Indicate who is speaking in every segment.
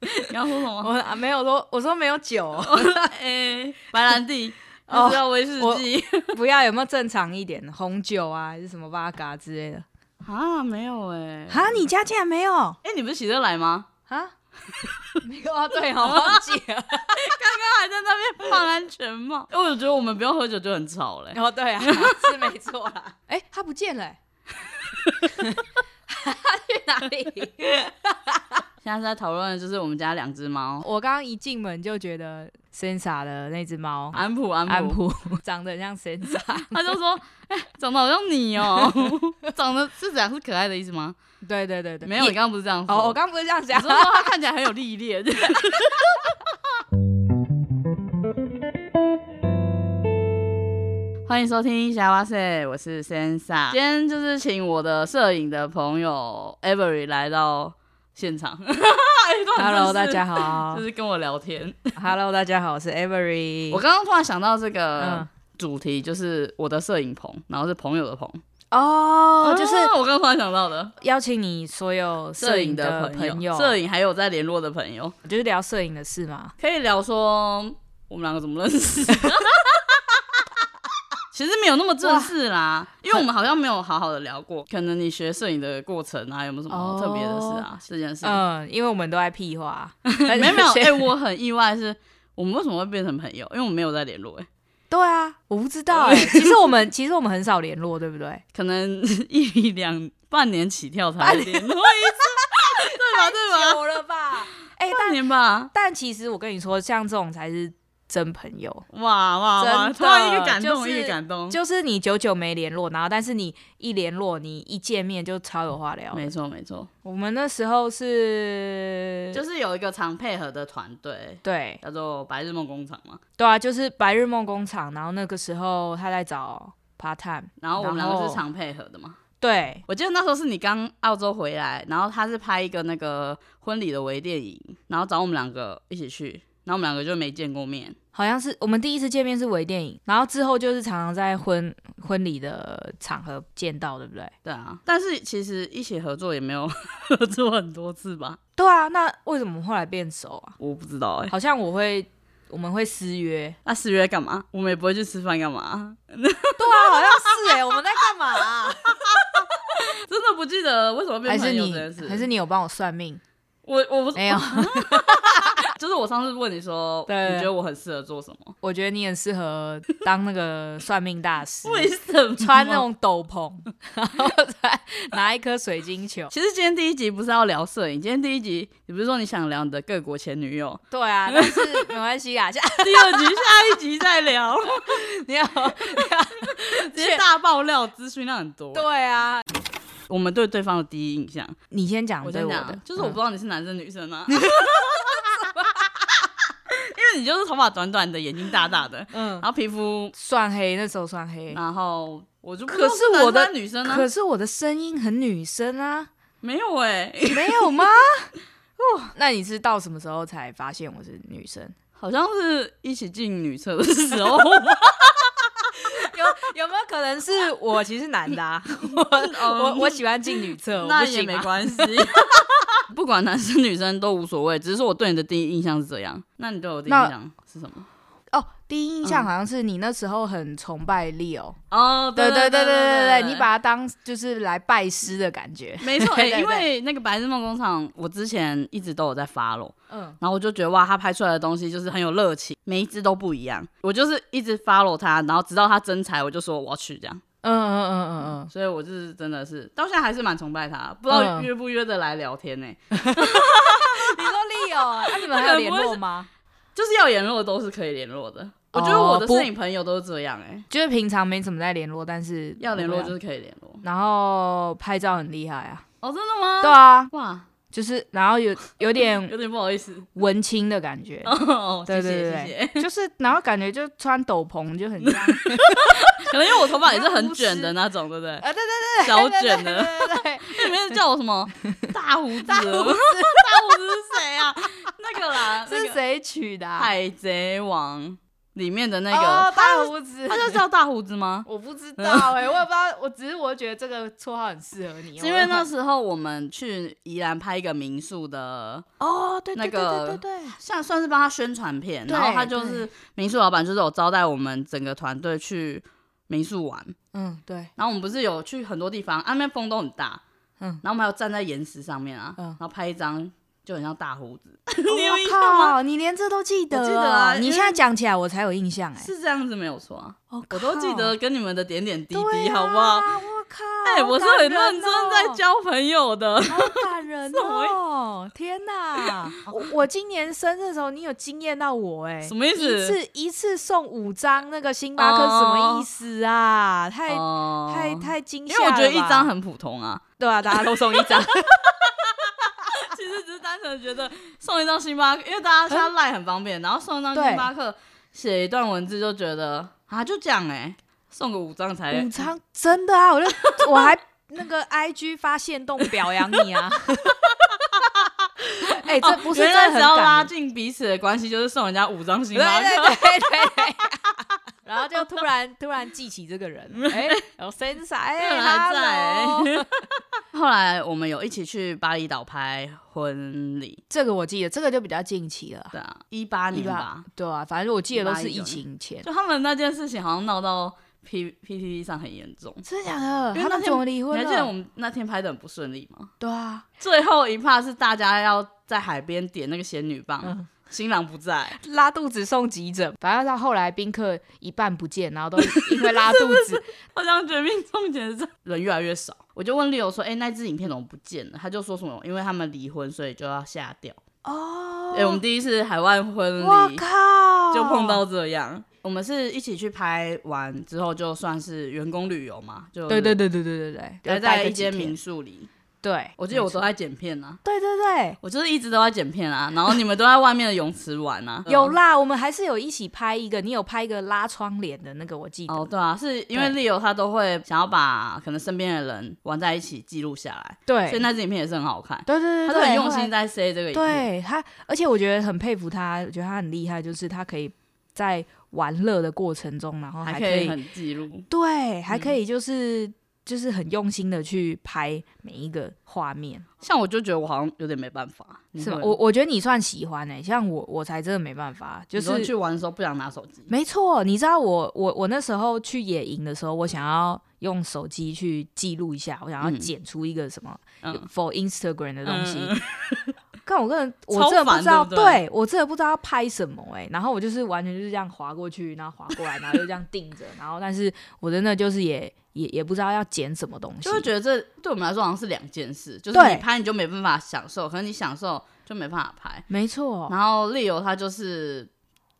Speaker 1: 你要说什么？
Speaker 2: 我啊没有说，我说没有酒，
Speaker 1: 哎、白兰地，
Speaker 2: 哦
Speaker 1: 不知道威士
Speaker 2: 我
Speaker 1: 忌
Speaker 2: 不要有没有正常一点的红酒啊，还是什么八嘎之类的？
Speaker 1: 啊？没有哎、
Speaker 2: 啊，你家竟然没有啊？
Speaker 1: 哎、你不是喜乐来吗？
Speaker 2: 没有啊，对哦，忘记了。
Speaker 1: 他还在那边放安全帽，因为我觉得我们不用喝酒就很吵嘞、
Speaker 2: 哦， 对啊，是没错 啦。哎、他不见了、欸，他去哪里？
Speaker 1: 现在在讨论的就是我们家两只猫，
Speaker 2: 我刚刚一进门就觉得 Sensa 的那只猫
Speaker 1: 安普安普，
Speaker 2: 安普 长得很像 Sensa，
Speaker 1: 他就说，哎、长得好像你 哦、长得是怎样是可爱的意思吗？
Speaker 2: 对对对对，
Speaker 1: 没有，
Speaker 2: 也
Speaker 1: 你刚刚不是这样说？
Speaker 2: 哦，我刚不是这样
Speaker 1: 你
Speaker 2: 讲
Speaker 1: 是，说他看起来很有历练。 欢迎收听《小哇塞》，我是 Sensa。今天就是请我的摄影的朋友 Avery 来到现 场。
Speaker 2: Hello，大家
Speaker 1: 就
Speaker 2: 好嗯
Speaker 1: 是跟我聊天。
Speaker 2: ，Hello，大家好，我是 Avery。
Speaker 1: 我刚刚突然想到这个
Speaker 2: 嗯
Speaker 1: 主题，就是我的摄影棚，然后是朋友的棚。
Speaker 2: 哦，就是
Speaker 1: 啊我刚刚突然想到的，
Speaker 2: 邀请你所有
Speaker 1: 摄
Speaker 2: 影
Speaker 1: 影的
Speaker 2: 朋
Speaker 1: 友，摄影还有在联络的朋友，
Speaker 2: 就是聊摄影的事嘛。
Speaker 1: 可以聊说我们两个怎么认识。 其实没有那么正式啦，因为我们好像没有好好的聊过，可能你学摄影的过程啊，有没有什么
Speaker 2: 哦
Speaker 1: 特别的事啊？这件事，
Speaker 2: 嗯，因为我们都在屁 话，
Speaker 1: 没
Speaker 2: 没
Speaker 1: 有没有，哎、我很意外是，我们为什么会变成朋友？因为我们没有在联络、哎，
Speaker 2: 对啊，我不知道哎、其实我们 其实我们很少联络，对不对？
Speaker 1: 可能一两 半年起跳才会联络一次，对吧？对吧？
Speaker 2: 久了吧？ 哎、
Speaker 1: 半
Speaker 2: 但
Speaker 1: 年吧，
Speaker 2: 但其实我跟你说，像这种才是真朋友，
Speaker 1: 哇哇哇！
Speaker 2: 真的
Speaker 1: 突然一个感动，
Speaker 2: 就是
Speaker 1: 一个感动，
Speaker 2: 就是你久久没联络，然后但是你一联络，你一见面就超有话聊的。
Speaker 1: 没错没错，
Speaker 2: 我们那时候是
Speaker 1: 就是有一个常配合的团队，
Speaker 2: 对
Speaker 1: 叫做白日梦工厂嘛。
Speaker 2: 对啊，就是白日梦工厂，然后那个时候他在找 part time，
Speaker 1: 然后我们
Speaker 2: 然
Speaker 1: 两
Speaker 2: 后
Speaker 1: 个是常配合的嘛。
Speaker 2: 对
Speaker 1: 我记得那时候是你刚澳洲回来，然后他是拍一个那个婚礼的微电影，然后找我们两个一起去，然后我们两个就没见过面。
Speaker 2: 好像是我们第一次见面是微电影，然后之后就是常常在婚婚礼的场合见到，对不对？
Speaker 1: 对啊，但是其实一起合作也没有合作很多次吧，
Speaker 2: 对啊，那为什么后来变熟啊？
Speaker 1: 我不知道哎、
Speaker 2: 好像我会，我们会私约。
Speaker 1: 那四月干嘛？我们也不会去吃饭干嘛？
Speaker 2: 对啊，好像是哎、我们在干嘛、
Speaker 1: 真的不记得为什么变
Speaker 2: 还是
Speaker 1: 朋友这
Speaker 2: 你
Speaker 1: 件事。
Speaker 2: 还是你有帮我算命？
Speaker 1: 我我不
Speaker 2: 没有，
Speaker 1: 就是我上次问你说，
Speaker 2: 对
Speaker 1: 你觉得我很适合做什么？
Speaker 2: 我觉得你很适合当那个算命大师，
Speaker 1: 为什么
Speaker 2: 穿那？种斗篷，然后再拿一颗水晶球。
Speaker 1: 其实今天第一集不是要聊摄影，今天第一集你不是说你想聊你的各国前女友？
Speaker 2: 对啊，但是没关系啊，下
Speaker 1: 第二集下一集再 聊，
Speaker 2: 你要
Speaker 1: 直接大爆料，资讯量很多。
Speaker 2: 对啊，
Speaker 1: 我们对对方的第一印象，
Speaker 2: 你先讲
Speaker 1: 我
Speaker 2: 对
Speaker 1: 先
Speaker 2: 我的
Speaker 1: 讲，，啊就是我不
Speaker 2: 嗯
Speaker 1: 知道你是男生女生 啊，因为你就是头发短短的，眼睛大大的，
Speaker 2: 嗯
Speaker 1: 然后皮肤，
Speaker 2: 算黑，那时候算黑。
Speaker 1: 然后我就不
Speaker 2: 可
Speaker 1: 知道
Speaker 2: 是我的
Speaker 1: 男生女生呢
Speaker 2: 可，是我的声音很女生啊，
Speaker 1: 没有哎，
Speaker 2: 没有吗？哦，那你是到什么时候才发现我是女生？
Speaker 1: 好像是一起进女厕的时 候，
Speaker 2: 有有没有可能是我其实是男的、啊？我我我喜欢进女厕，我
Speaker 1: 那
Speaker 2: 不
Speaker 1: 也
Speaker 2: 行
Speaker 1: 没
Speaker 2: 吗？
Speaker 1: 关系。 不管男生女生都无所谓，只是说我对你的第一印象是这样。那你对我的第一
Speaker 2: 那
Speaker 1: 印象是什么？
Speaker 2: 哦，第一印象好像是你那时候很崇拜 Leo，、
Speaker 1: 哦，
Speaker 2: 对
Speaker 1: 对
Speaker 2: 对对
Speaker 1: 对
Speaker 2: 对对，你把他当就是来拜师的感觉，
Speaker 1: 没错、
Speaker 2: 对
Speaker 1: 诶
Speaker 2: 对
Speaker 1: 因为那个白日梦工厂，我之前一直都有在 follow，
Speaker 2: 嗯，
Speaker 1: 然后我就觉得哇，他拍出来的东西就是很有热情，每一只都不一样。我就是一直 follow 他，然后直到他真才，我就说我要去这样。
Speaker 2: 嗯嗯嗯嗯嗯，
Speaker 1: 所以我就是真的是到现在还是蛮崇拜他，不知道
Speaker 2: 嗯
Speaker 1: 约不约得来聊天欸呢、
Speaker 2: 你说 Leo，那你们还有联络吗？
Speaker 1: 就是要联络的都是可以联络的。我
Speaker 2: 哦
Speaker 1: 觉得我的
Speaker 2: 不
Speaker 1: 摄影朋友都是这样哎、
Speaker 2: 就是平常没怎么在联络，但是，
Speaker 1: 要联络就是是可以联络。
Speaker 2: 然后拍照很厉害啊，
Speaker 1: 哦，真的吗？
Speaker 2: 对啊，
Speaker 1: 哇，
Speaker 2: 就是然后有有点
Speaker 1: 有点不好意思。
Speaker 2: 文青的感觉，
Speaker 1: 哦，
Speaker 2: 对
Speaker 1: 谢谢
Speaker 2: 对
Speaker 1: 谢谢。
Speaker 2: 对，就是然后感觉就穿斗篷就很 像，
Speaker 1: 可能因为我头发也是很卷的那种，对不对？
Speaker 2: 啊对
Speaker 1: 对小卷的。
Speaker 2: 对对对，
Speaker 1: 你们叫我什 么大胡子？大胡子 是谁啊？那个啦，那
Speaker 2: 是
Speaker 1: 个
Speaker 2: 谁取的啊？
Speaker 1: 海贼王里面的那
Speaker 3: 哦
Speaker 1: 个，
Speaker 3: 大胡子，
Speaker 1: 他就 叫大胡子吗？
Speaker 3: 我不知道
Speaker 2: 欸
Speaker 3: 哎、我也不知道，我只是我觉得这个绰号很适合你，
Speaker 1: 是因为那
Speaker 3: 我
Speaker 1: 时候我们去宜兰拍一个民宿的，
Speaker 3: 哦，对
Speaker 1: 那
Speaker 3: 对对
Speaker 1: 个
Speaker 3: 对对对，
Speaker 1: 像算是帮他宣传片，
Speaker 3: 对
Speaker 1: 然后他就是民宿老板，就是有招待我们整个团队去民宿玩，
Speaker 3: 嗯对，
Speaker 1: 然后我们不是有去很多地方，啊、那边风都很大，
Speaker 3: 嗯
Speaker 1: 然后我们还有站在岩石上面啊，
Speaker 3: 嗯
Speaker 1: 然后拍一张就很像大胡子， 你有印
Speaker 3: 我
Speaker 1: 象吗？
Speaker 3: 靠，你连这都记得、哦
Speaker 1: 我记得啊因为
Speaker 2: 你现在讲起来我才有印象哎、
Speaker 1: 是这样子没有错啊，
Speaker 3: 我
Speaker 1: 我都记得跟你们的点点滴
Speaker 3: 靠哦
Speaker 1: 滴，
Speaker 3: 对
Speaker 1: 好不好？
Speaker 3: 啊我靠，
Speaker 1: 哎、我是
Speaker 3: 好
Speaker 1: 很
Speaker 3: 感
Speaker 1: 认
Speaker 3: 人
Speaker 1: 真在
Speaker 3: 哦，
Speaker 1: 交朋友的，
Speaker 3: 好感 人哦！天哪，我我今年生日的时候，你有惊艳到我哎、
Speaker 1: 什么意
Speaker 3: 一
Speaker 1: 思？
Speaker 3: 次一次送五张那个星巴克什么意思啊？太、
Speaker 1: 哦
Speaker 3: 太太惊
Speaker 1: 因
Speaker 3: 吓
Speaker 1: 为
Speaker 3: 了吧！
Speaker 1: 我觉得一张很普通啊，
Speaker 3: 对啊，大 家都送一张，
Speaker 1: 其实只是单纯觉得送一张星巴克，因为大家现在赖很方便，然后送一张星巴克，写一段文字就觉得啊，就这样哎、送个五张才哦
Speaker 3: 五张真的啊！我就我 还那个 I G 发现动表扬你啊！哎、这不是
Speaker 1: 哦原
Speaker 3: 真
Speaker 1: 来
Speaker 3: 的
Speaker 1: 只
Speaker 3: 很
Speaker 1: 要拉
Speaker 3: 感人，
Speaker 1: 近彼此的关系，就是送人家五张星
Speaker 3: 对
Speaker 1: 巴克。
Speaker 3: 对对对对。 然后就突然突然记起这个 人，哎、有 s e n s
Speaker 2: 啊
Speaker 3: 哎、
Speaker 1: 原来
Speaker 3: 他
Speaker 1: 还在哎 后来我们有一起去巴厘岛拍婚礼，
Speaker 2: 这个我记得，这个就比较近期了。
Speaker 1: 对啊，一八年吧，
Speaker 2: 对啊，反正我记得都是
Speaker 1: 1819
Speaker 2: 疫情前。
Speaker 1: 就他们那件事情好像闹到 P P T T 上很严重。
Speaker 2: 真的假的？
Speaker 1: 因为
Speaker 2: 他
Speaker 1: 那
Speaker 2: 们
Speaker 1: 天
Speaker 2: 怎么离
Speaker 1: 你
Speaker 2: 婚
Speaker 1: 还
Speaker 2: 了？
Speaker 1: 记得我们那天拍的很不顺利吗？
Speaker 2: 对啊，
Speaker 1: 最后一趴是大家要在海边点那个仙女棒，
Speaker 2: 嗯
Speaker 1: 新郎不在，
Speaker 2: 拉肚子送急诊，反正到后来宾客一 半不见，然后都因为拉肚 子。
Speaker 1: 好像绝命终结者人越来越少。我就问 Leo 说：“哎、那支影片怎么不见了？”他就说什么，因为他们离婚，所以就要下掉。
Speaker 3: 哦
Speaker 1: 哎、我们第一次海外婚
Speaker 3: 我
Speaker 1: 礼
Speaker 3: 靠，
Speaker 1: 就碰到这样。我们是一起去拍完之后，就算是员工旅游嘛，就
Speaker 2: 对对对对对对对，
Speaker 1: 待
Speaker 2: 就待
Speaker 1: 在
Speaker 2: 个
Speaker 1: 一
Speaker 2: 几
Speaker 1: 间
Speaker 2: 天
Speaker 1: 民宿里。
Speaker 2: 对，
Speaker 1: 我记得我都在剪片啊，
Speaker 3: 对对对，
Speaker 1: 我就是一直都在剪片啊，然后你们都在外面的泳池玩 啊，
Speaker 2: 有啦，我们还是有一起拍一个，你有拍一个拉窗帘的那个，我记得。
Speaker 1: 哦，对啊，是因为 Leo 他都会想要把可能身边的人玩在一起记录下来，
Speaker 2: 对
Speaker 1: 所以那支影片也是很好看，
Speaker 2: 对对对，
Speaker 1: 他是很用
Speaker 2: 后来
Speaker 1: 心在塞这个影片。
Speaker 2: 对他，而且我觉得很佩服他，我觉得他很厉害，就是他可以在玩乐的过程中，然后
Speaker 1: 还可
Speaker 2: 可
Speaker 1: 以很嗯记录，
Speaker 2: 对，还可以就是、就是很用心的去拍每一个画面，
Speaker 1: 像我就觉得我好像有点没办法，你
Speaker 2: 是吧？
Speaker 1: 会
Speaker 2: 我我觉得你算喜欢哎、像我我才真的没办法，就
Speaker 1: 你说
Speaker 2: 是
Speaker 1: 去玩的时候不想拿手机，
Speaker 2: 没错，你知道我我我那时候去野营的时候，我想要用手机去记录一下，我想要
Speaker 1: 嗯
Speaker 2: 剪出一个什么、
Speaker 1: 嗯，
Speaker 2: for Instagram 的东西。
Speaker 1: 嗯嗯
Speaker 2: 看我个人，我
Speaker 1: 超
Speaker 2: 真的不
Speaker 1: 烦
Speaker 2: 知道，
Speaker 1: 对不对
Speaker 2: 我真的不知道要拍什么哎、然后我就是完全就是这样划过去，然后划过来，然后就这样定着，然后但是我真的就是也也也不知道要剪什么东西，
Speaker 1: 就会觉得这对我们来说好像是两件事，就是
Speaker 2: 对
Speaker 1: 你拍你就没办法享受，可是你享受就没办法拍。
Speaker 2: 没错，
Speaker 1: 然后 Leo 他就是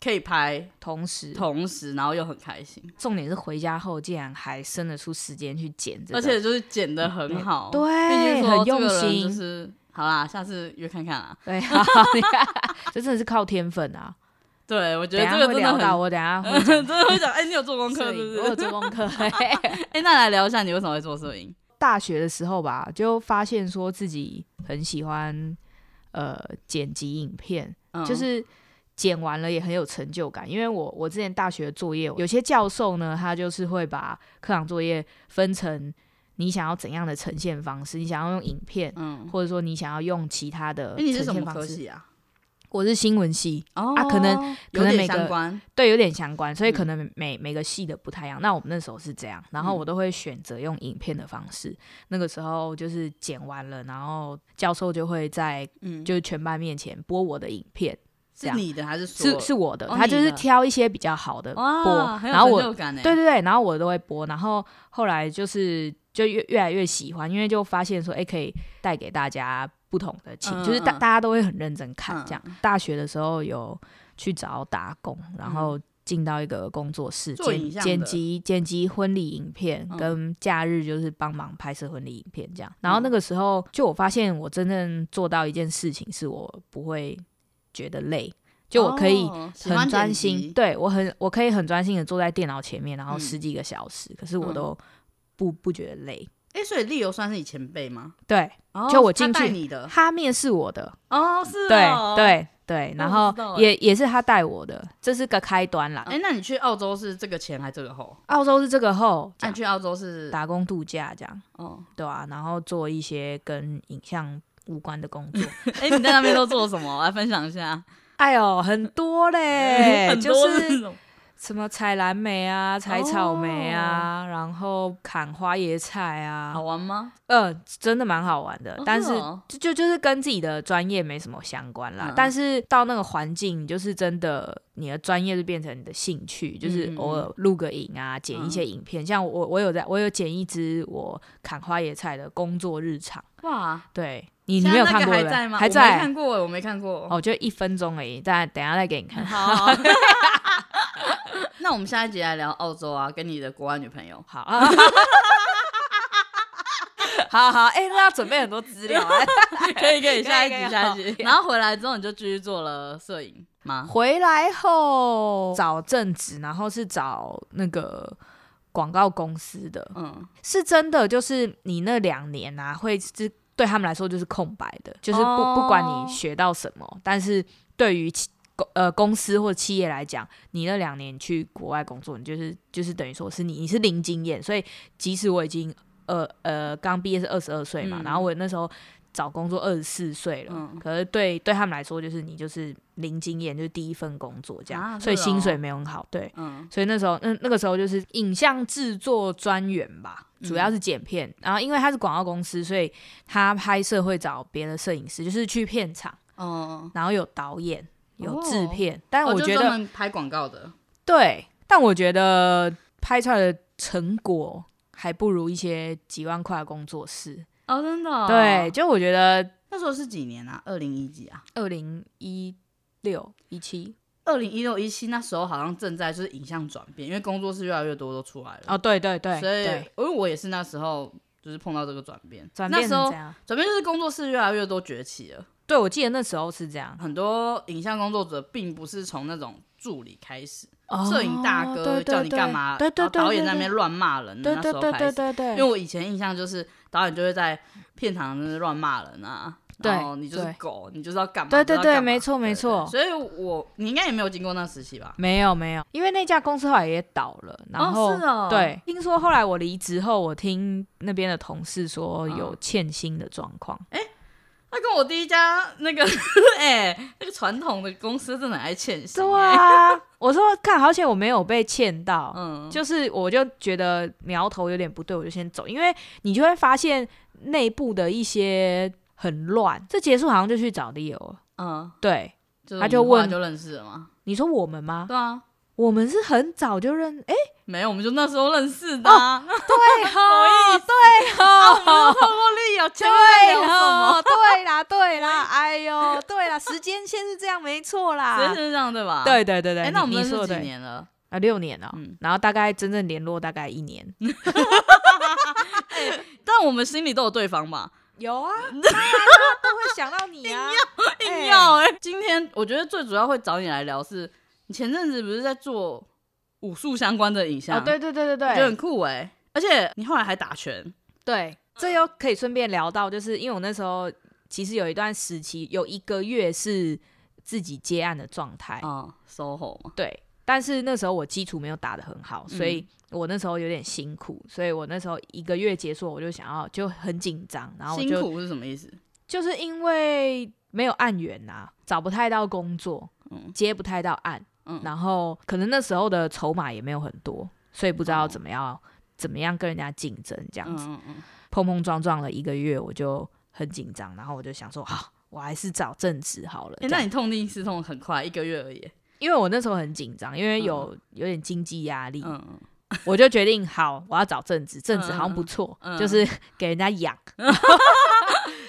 Speaker 1: 可以拍，
Speaker 2: 同时
Speaker 1: 同时然后又很开心，
Speaker 2: 重点是回家后竟然还生得出时间去剪这个，
Speaker 1: 而且就是剪的很好，
Speaker 2: 对
Speaker 1: 毕竟说这个
Speaker 2: 很用
Speaker 1: 人就
Speaker 2: 心
Speaker 1: 是好啦，下次约看看啊。
Speaker 2: 对， 好你看这真的是靠天分啊。
Speaker 1: 对， 我觉
Speaker 2: 等
Speaker 1: 得
Speaker 2: 一下
Speaker 1: 这个
Speaker 2: 会
Speaker 1: 真的
Speaker 2: 聊到，
Speaker 1: 很，
Speaker 2: 我等一下 会
Speaker 1: 真的会讲。哎、你有做功课
Speaker 2: 摄
Speaker 1: 是不
Speaker 2: 影，我有
Speaker 1: 是？
Speaker 2: 做功 课。
Speaker 1: 哎、那来聊一下你为什么会做摄影？
Speaker 2: 大学的时候吧，就发现说自己很喜欢呃剪辑影片，
Speaker 1: 嗯
Speaker 2: 就是剪完了也很有成就感。因为我我之前大学的作业，有些教授呢，他就是会把课堂作业分成你想要怎样的呈现方式，你想要用影片，
Speaker 1: 嗯，
Speaker 2: 或者说你想要用其他的
Speaker 1: 哎、
Speaker 2: 哦呈
Speaker 1: 你是什
Speaker 2: 现
Speaker 1: 么
Speaker 2: 方
Speaker 1: 科
Speaker 2: 式。
Speaker 1: 系啊？
Speaker 2: 我是新闻系，
Speaker 1: 哦
Speaker 2: 啊可能
Speaker 1: 有
Speaker 2: 可能
Speaker 1: 点
Speaker 2: 每个
Speaker 1: 相关，
Speaker 2: 对，有点相关，所以可
Speaker 1: 嗯
Speaker 2: 能每、每个系的不太一样。那我们那时候是这样，然后我都会选择用影片的方式。那个时候就是剪完了，然后教授就会在
Speaker 1: 嗯，
Speaker 2: 就是全班面前播我的影片，这
Speaker 1: 是
Speaker 2: 样
Speaker 1: 你的还是所
Speaker 2: 是是我的，
Speaker 1: 哦
Speaker 2: 他
Speaker 1: 你
Speaker 2: 就是
Speaker 1: 的
Speaker 2: 挑一些比较好的
Speaker 1: 哇，
Speaker 2: 播，
Speaker 1: 很有
Speaker 2: 然后
Speaker 1: 成
Speaker 2: 我
Speaker 1: 就感哎。
Speaker 2: 对对对，然后我都会播，然后后来就是就越越来越喜欢，因为就发现说，哎、可以带给大家不同的情，
Speaker 1: 嗯
Speaker 2: 就是大
Speaker 1: 嗯
Speaker 2: 大家都会很认真看
Speaker 1: 嗯
Speaker 2: 这样。大学的时候有去找打工，然后进到一个工作室
Speaker 1: 做
Speaker 2: 剪
Speaker 1: 影像
Speaker 2: 剪
Speaker 1: 的
Speaker 2: 辑剪辑婚礼影片，
Speaker 1: 嗯
Speaker 2: 跟假日就是帮忙拍摄婚礼影片这样。然后
Speaker 1: 嗯
Speaker 2: 那个时候就我发现我真正做到一件事情，是我不会觉得累，就我可以、
Speaker 1: 哦喜欢
Speaker 2: 很专
Speaker 1: 剪
Speaker 2: 心，
Speaker 1: 辑
Speaker 2: 对我很我可以很专心的坐在电脑前面，然后
Speaker 1: 嗯
Speaker 2: 十几个小时，可是我
Speaker 1: 嗯
Speaker 2: 都不不觉得累。
Speaker 1: 哎、哎、所以丽友算是你前辈吗？
Speaker 2: 对，
Speaker 1: 哦
Speaker 2: 就我
Speaker 1: 他
Speaker 2: 进去
Speaker 1: 带你的
Speaker 2: 他面试我的，
Speaker 1: 哦，是
Speaker 2: 对
Speaker 1: 哦，。
Speaker 2: 对对，然
Speaker 1: 我
Speaker 2: 后
Speaker 1: 不知道欸
Speaker 2: 也也是他带我的，这是个开端啦。
Speaker 1: 哎、那你去澳洲是这个前还是这个后？啊
Speaker 2: 澳洲是这个后
Speaker 1: 那你去澳洲是
Speaker 2: 打工度假这样，
Speaker 1: 哦，
Speaker 2: 对啊，然后做一些跟影像无关的工作。
Speaker 1: 哎、你在那边都做什么？来 分享一下。
Speaker 2: 哎呦，很多 嘞，
Speaker 1: 很
Speaker 2: 就
Speaker 1: 多那
Speaker 2: 是
Speaker 1: 种
Speaker 2: 什么采蓝莓啊、采草莓啊，
Speaker 1: 哦
Speaker 2: 然后砍花椰菜啊
Speaker 1: 好，玩吗？
Speaker 2: 嗯、真的蛮好玩的。
Speaker 1: 哦
Speaker 2: 但
Speaker 1: 是
Speaker 2: 是
Speaker 1: 哦
Speaker 2: 就就就是跟自己的专业没什么相关啦。
Speaker 1: 嗯
Speaker 2: 但是到那个环境，就是真的你的专业就变成你的兴趣，就是
Speaker 1: 嗯嗯
Speaker 2: 偶尔录个影啊，剪一些影片。像我我有在我有剪一支我砍花椰菜的工作日常，
Speaker 1: 哇，
Speaker 2: 对你你
Speaker 1: 现
Speaker 2: 没有
Speaker 1: 在那个
Speaker 2: 看过
Speaker 1: 还
Speaker 2: 对不对
Speaker 1: 在吗？
Speaker 2: 还
Speaker 1: 我没
Speaker 2: 在
Speaker 1: 看过哎，我没看过。
Speaker 2: 哦，就一分钟而已，但等一下再给你 看。
Speaker 1: 好， 好那我们下一集来聊澳洲啊，跟你的国外女朋友。
Speaker 2: 好，好好，哎、那要准备很多资料啊。
Speaker 1: 可 以可以，
Speaker 2: 可以
Speaker 1: 下一
Speaker 2: 可
Speaker 1: 集
Speaker 2: 以
Speaker 1: 下一
Speaker 2: 好
Speaker 1: 集。然后回来之后你就继续做了摄影吗？
Speaker 2: 回来后找正职，然后是找那个广告公司的，
Speaker 1: 嗯，
Speaker 2: 是真的，就是你那两年啊，会是对他们来说就是空白的，就是不、
Speaker 1: 哦
Speaker 2: 不管你学到什么，但是对于企公呃公司或企业来讲，你那两年去国外工作，你就是就是等于说是你你是零经验，所以即使我已经呃呃刚毕业是二十二岁嘛，
Speaker 1: 嗯
Speaker 2: 然后我那时候。找工作二十四岁了，
Speaker 1: 嗯
Speaker 2: 可是对对他们来说，就是你就是零经验，就是第一份工作这样，
Speaker 1: 啊
Speaker 2: 所以
Speaker 1: 是哦
Speaker 2: 薪水没有很好。对，
Speaker 1: 嗯
Speaker 2: 所以那时候，那那个时候就是影像制作专员吧，
Speaker 1: 嗯
Speaker 2: 主要是剪片。然后因为他是广告公司，所以他拍摄会找别的摄影师，就是去片场，
Speaker 1: 哦，
Speaker 2: 然后有导演、有
Speaker 1: 哦
Speaker 2: 制片。但
Speaker 1: 哦
Speaker 2: 我
Speaker 1: 就
Speaker 2: 觉
Speaker 1: 专
Speaker 2: 得、
Speaker 1: 门拍广告的，
Speaker 2: 对，但我觉得拍出来的成果还不如一些几万块的工作室。
Speaker 1: 哦，真的、
Speaker 2: 对，，就我觉得
Speaker 1: 那时候是几年啊？二零一几啊？
Speaker 2: 二零一六一七
Speaker 1: 二零一六一七那时候好像正在就是影像转变，因为工作室越来越多都出来了，
Speaker 2: 哦，对对对，
Speaker 1: 所以
Speaker 2: 对
Speaker 1: 因为我也是那时候就是碰到这个转变，
Speaker 2: 转
Speaker 1: 那
Speaker 2: 变
Speaker 1: 时
Speaker 2: 成
Speaker 1: 候
Speaker 2: 这样。
Speaker 1: 转变就是工作室越来越多崛起了，
Speaker 2: 对，我记得那时候是这样，
Speaker 1: 很多影像工作者并不是从那种助理开始，
Speaker 2: 哦
Speaker 1: 摄影大哥
Speaker 2: 对对
Speaker 1: 叫你干嘛，
Speaker 2: 对对
Speaker 1: 然后
Speaker 2: 对，
Speaker 1: 导演在那
Speaker 2: 对
Speaker 1: 边乱骂人，啊
Speaker 2: 对
Speaker 1: 那时
Speaker 2: 对对
Speaker 1: 候
Speaker 2: 对
Speaker 1: 开始。
Speaker 2: 对对，
Speaker 1: 因为我以前印象就是导演就会在片场就是乱骂人啊，
Speaker 2: 对
Speaker 1: 然后你就是
Speaker 2: 对
Speaker 1: 狗，你就是要干嘛？
Speaker 2: 对
Speaker 1: 你就是
Speaker 2: 对
Speaker 1: 要
Speaker 2: 对
Speaker 1: 干嘛
Speaker 2: 没错没错
Speaker 1: 所以我你应该也没有经过那时期吧？
Speaker 2: 没有没有，因为那家公司后来也倒了，然后、
Speaker 1: 哦是哦
Speaker 2: 对，听说后来我离职后，我听那边的同事说有
Speaker 1: 嗯
Speaker 2: 欠薪的状况，
Speaker 1: 哎他跟我第一家那个， 哎、那个传统的公司真的很爱欠薪、
Speaker 2: 对
Speaker 1: 哎
Speaker 2: 啊， 我说看，好险我没有被欠到，
Speaker 1: 嗯，
Speaker 2: 就是我就觉得苗头有点不对，我就先走，因为你就会发现内部的一些很乱，这结束好像就去找 Leo 了，
Speaker 1: 嗯，
Speaker 2: 对，
Speaker 1: 就是
Speaker 2: 他就
Speaker 1: 我们后来
Speaker 2: 问
Speaker 1: 就认识了嘛？
Speaker 2: 你说我们吗？
Speaker 1: 对啊，
Speaker 2: 我们是很早就认，哎、
Speaker 1: 没有，我们就那时候认识的、啊。
Speaker 2: 对吼，哦 对啊哦吼，
Speaker 1: 我透过力
Speaker 2: 啊
Speaker 1: 有前面有
Speaker 2: 对
Speaker 1: 什么？
Speaker 2: 哦，对啦，对啦，哎呦，对啦，时间线 是这样，没错
Speaker 1: 直接
Speaker 2: 啦。
Speaker 1: 是这样对吧？。
Speaker 2: 啊对对对对，
Speaker 1: 哎、
Speaker 2: 你
Speaker 1: 那我们
Speaker 2: 你
Speaker 1: 认
Speaker 2: 说
Speaker 1: 识
Speaker 2: 的
Speaker 1: 几
Speaker 2: 对
Speaker 1: 年了？
Speaker 2: 啊？六年了
Speaker 1: 嗯，
Speaker 2: 然后大概真正联络大概一年。
Speaker 1: 但我们心里都有对方吧？
Speaker 2: 有 啊，都会想到你 啊。
Speaker 1: 硬要哎、今天我觉得最主要会找你来聊是，你前阵子不是在做武术相关的影像？
Speaker 2: 哦，对对对对
Speaker 1: 我觉得
Speaker 2: 对
Speaker 1: 很酷哎、而且你后来还打拳，
Speaker 2: 对，这又可以顺便聊到，就是因为我那时候其实有一段时期，有一个月是自己接案的状态。
Speaker 1: 嗯，SOHO 嘛，
Speaker 2: 对，但是那时候我基础没有打得很好，所以
Speaker 1: 嗯
Speaker 2: 我那时候有点辛苦，所以我那时候一个月结束，我就想要就很紧张，然后我
Speaker 1: 辛
Speaker 2: 就
Speaker 1: 苦是什么意思？
Speaker 2: 就是因为没有案源呐、找不太到工作，
Speaker 1: 嗯
Speaker 2: 接不太到案，
Speaker 1: 嗯
Speaker 2: 然后可能那时候的筹码也没有很多，所以不知道
Speaker 1: 哦
Speaker 2: 怎么样、怎么样跟人家竞争这样
Speaker 1: 嗯
Speaker 2: 子，
Speaker 1: 嗯嗯，
Speaker 2: 碰碰撞撞了一个月，我就很紧张，然后我就想说，好、我还是找正职好了。
Speaker 1: 哎、
Speaker 2: 这样
Speaker 1: 那你痛定思痛很快，一个月而已。
Speaker 2: 因为我那时候很紧张，因为有、有点经济压力，
Speaker 1: 嗯，嗯
Speaker 2: 我就决定好，我要找正职，正职好像不错，
Speaker 1: 嗯嗯
Speaker 2: 就是给人家养。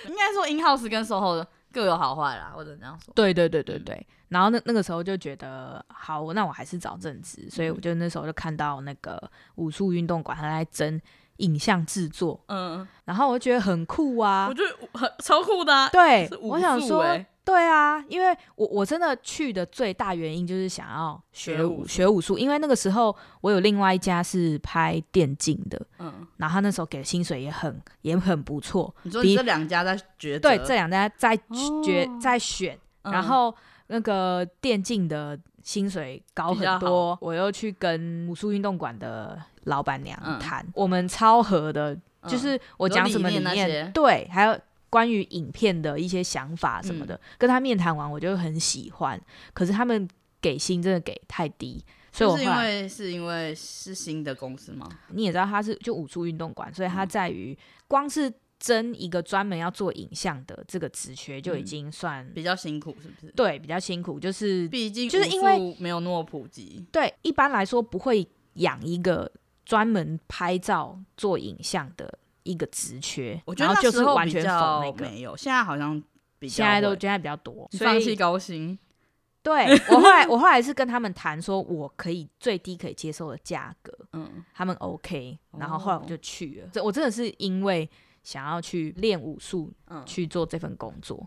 Speaker 1: 应该说 in house 跟 SOHO 各有好坏啦，或者这样说。
Speaker 2: 对对对
Speaker 1: 嗯
Speaker 2: 对对。然后那那个时候就觉得好，那我还是找正职，所以
Speaker 1: 嗯
Speaker 2: 我就那时候就看到那个武术运动馆他在争影像制作，
Speaker 1: 嗯，
Speaker 2: 然后我就觉得很酷啊
Speaker 1: 我。觉得我很超酷的、啊。
Speaker 2: 对
Speaker 1: 是，武
Speaker 2: 我想
Speaker 1: 术
Speaker 2: 说
Speaker 1: 欸
Speaker 2: 对啊，因为我我真的去的最大原因就是想要
Speaker 1: 学
Speaker 2: 学
Speaker 1: 武
Speaker 2: 武学武术，因为那个时候我有另外一家是拍电竞的，
Speaker 1: 嗯，
Speaker 2: 然后他那时候给的薪水也很也很不错，
Speaker 1: 你说
Speaker 2: 比
Speaker 1: 你这两家在抉择，
Speaker 2: 对，这两家在
Speaker 1: 哦
Speaker 2: 决、在选，
Speaker 1: 嗯
Speaker 2: 然后那个电竞的薪水高
Speaker 1: 比较
Speaker 2: 很多，我又去跟武术运动馆的老板
Speaker 1: 嗯
Speaker 2: 娘谈，我们超合的，
Speaker 1: 嗯
Speaker 2: 就是我讲什么
Speaker 1: 有理念那些
Speaker 2: 对，还有关于影片的一些想法什么
Speaker 1: 嗯
Speaker 2: 的，跟他面谈完我就很喜欢，可是他们给薪真的给太低，所以我
Speaker 1: 就是
Speaker 2: 后
Speaker 1: 因
Speaker 2: 来
Speaker 1: 为是因为是新的公司吗？
Speaker 2: 你也知道他是就武术运动馆，所以他
Speaker 1: 嗯
Speaker 2: 在于光是。争一个专门要做影像的这个职缺就已
Speaker 1: 嗯
Speaker 2: 经算、
Speaker 1: 比较辛苦是不是？
Speaker 2: 对比较辛苦，就是
Speaker 1: 毕竟
Speaker 2: 就是
Speaker 1: 武
Speaker 2: 因为
Speaker 1: 术没有那么普及，
Speaker 2: 对，一般来说不会养一个专门拍照做影像的一个职缺，
Speaker 1: 我觉得
Speaker 2: 然后
Speaker 1: 那
Speaker 2: 就
Speaker 1: 时
Speaker 2: 是
Speaker 1: 候
Speaker 2: 完
Speaker 1: 比
Speaker 2: 全否
Speaker 1: 较
Speaker 2: 那个，
Speaker 1: 没有，现在好像比较
Speaker 2: 现在都
Speaker 1: 会
Speaker 2: 现在比较多，
Speaker 1: 你
Speaker 2: 所
Speaker 1: 放弃
Speaker 2: 以
Speaker 1: 高薪，
Speaker 2: 对我后来我后来是跟他们谈说，我可以最低可以接受的价格，
Speaker 1: 嗯，
Speaker 2: 他们 OK，然后
Speaker 1: 哦
Speaker 2: 后来我就去了，这我真的是因为想要去练武术
Speaker 1: 嗯
Speaker 2: 去做这份工作。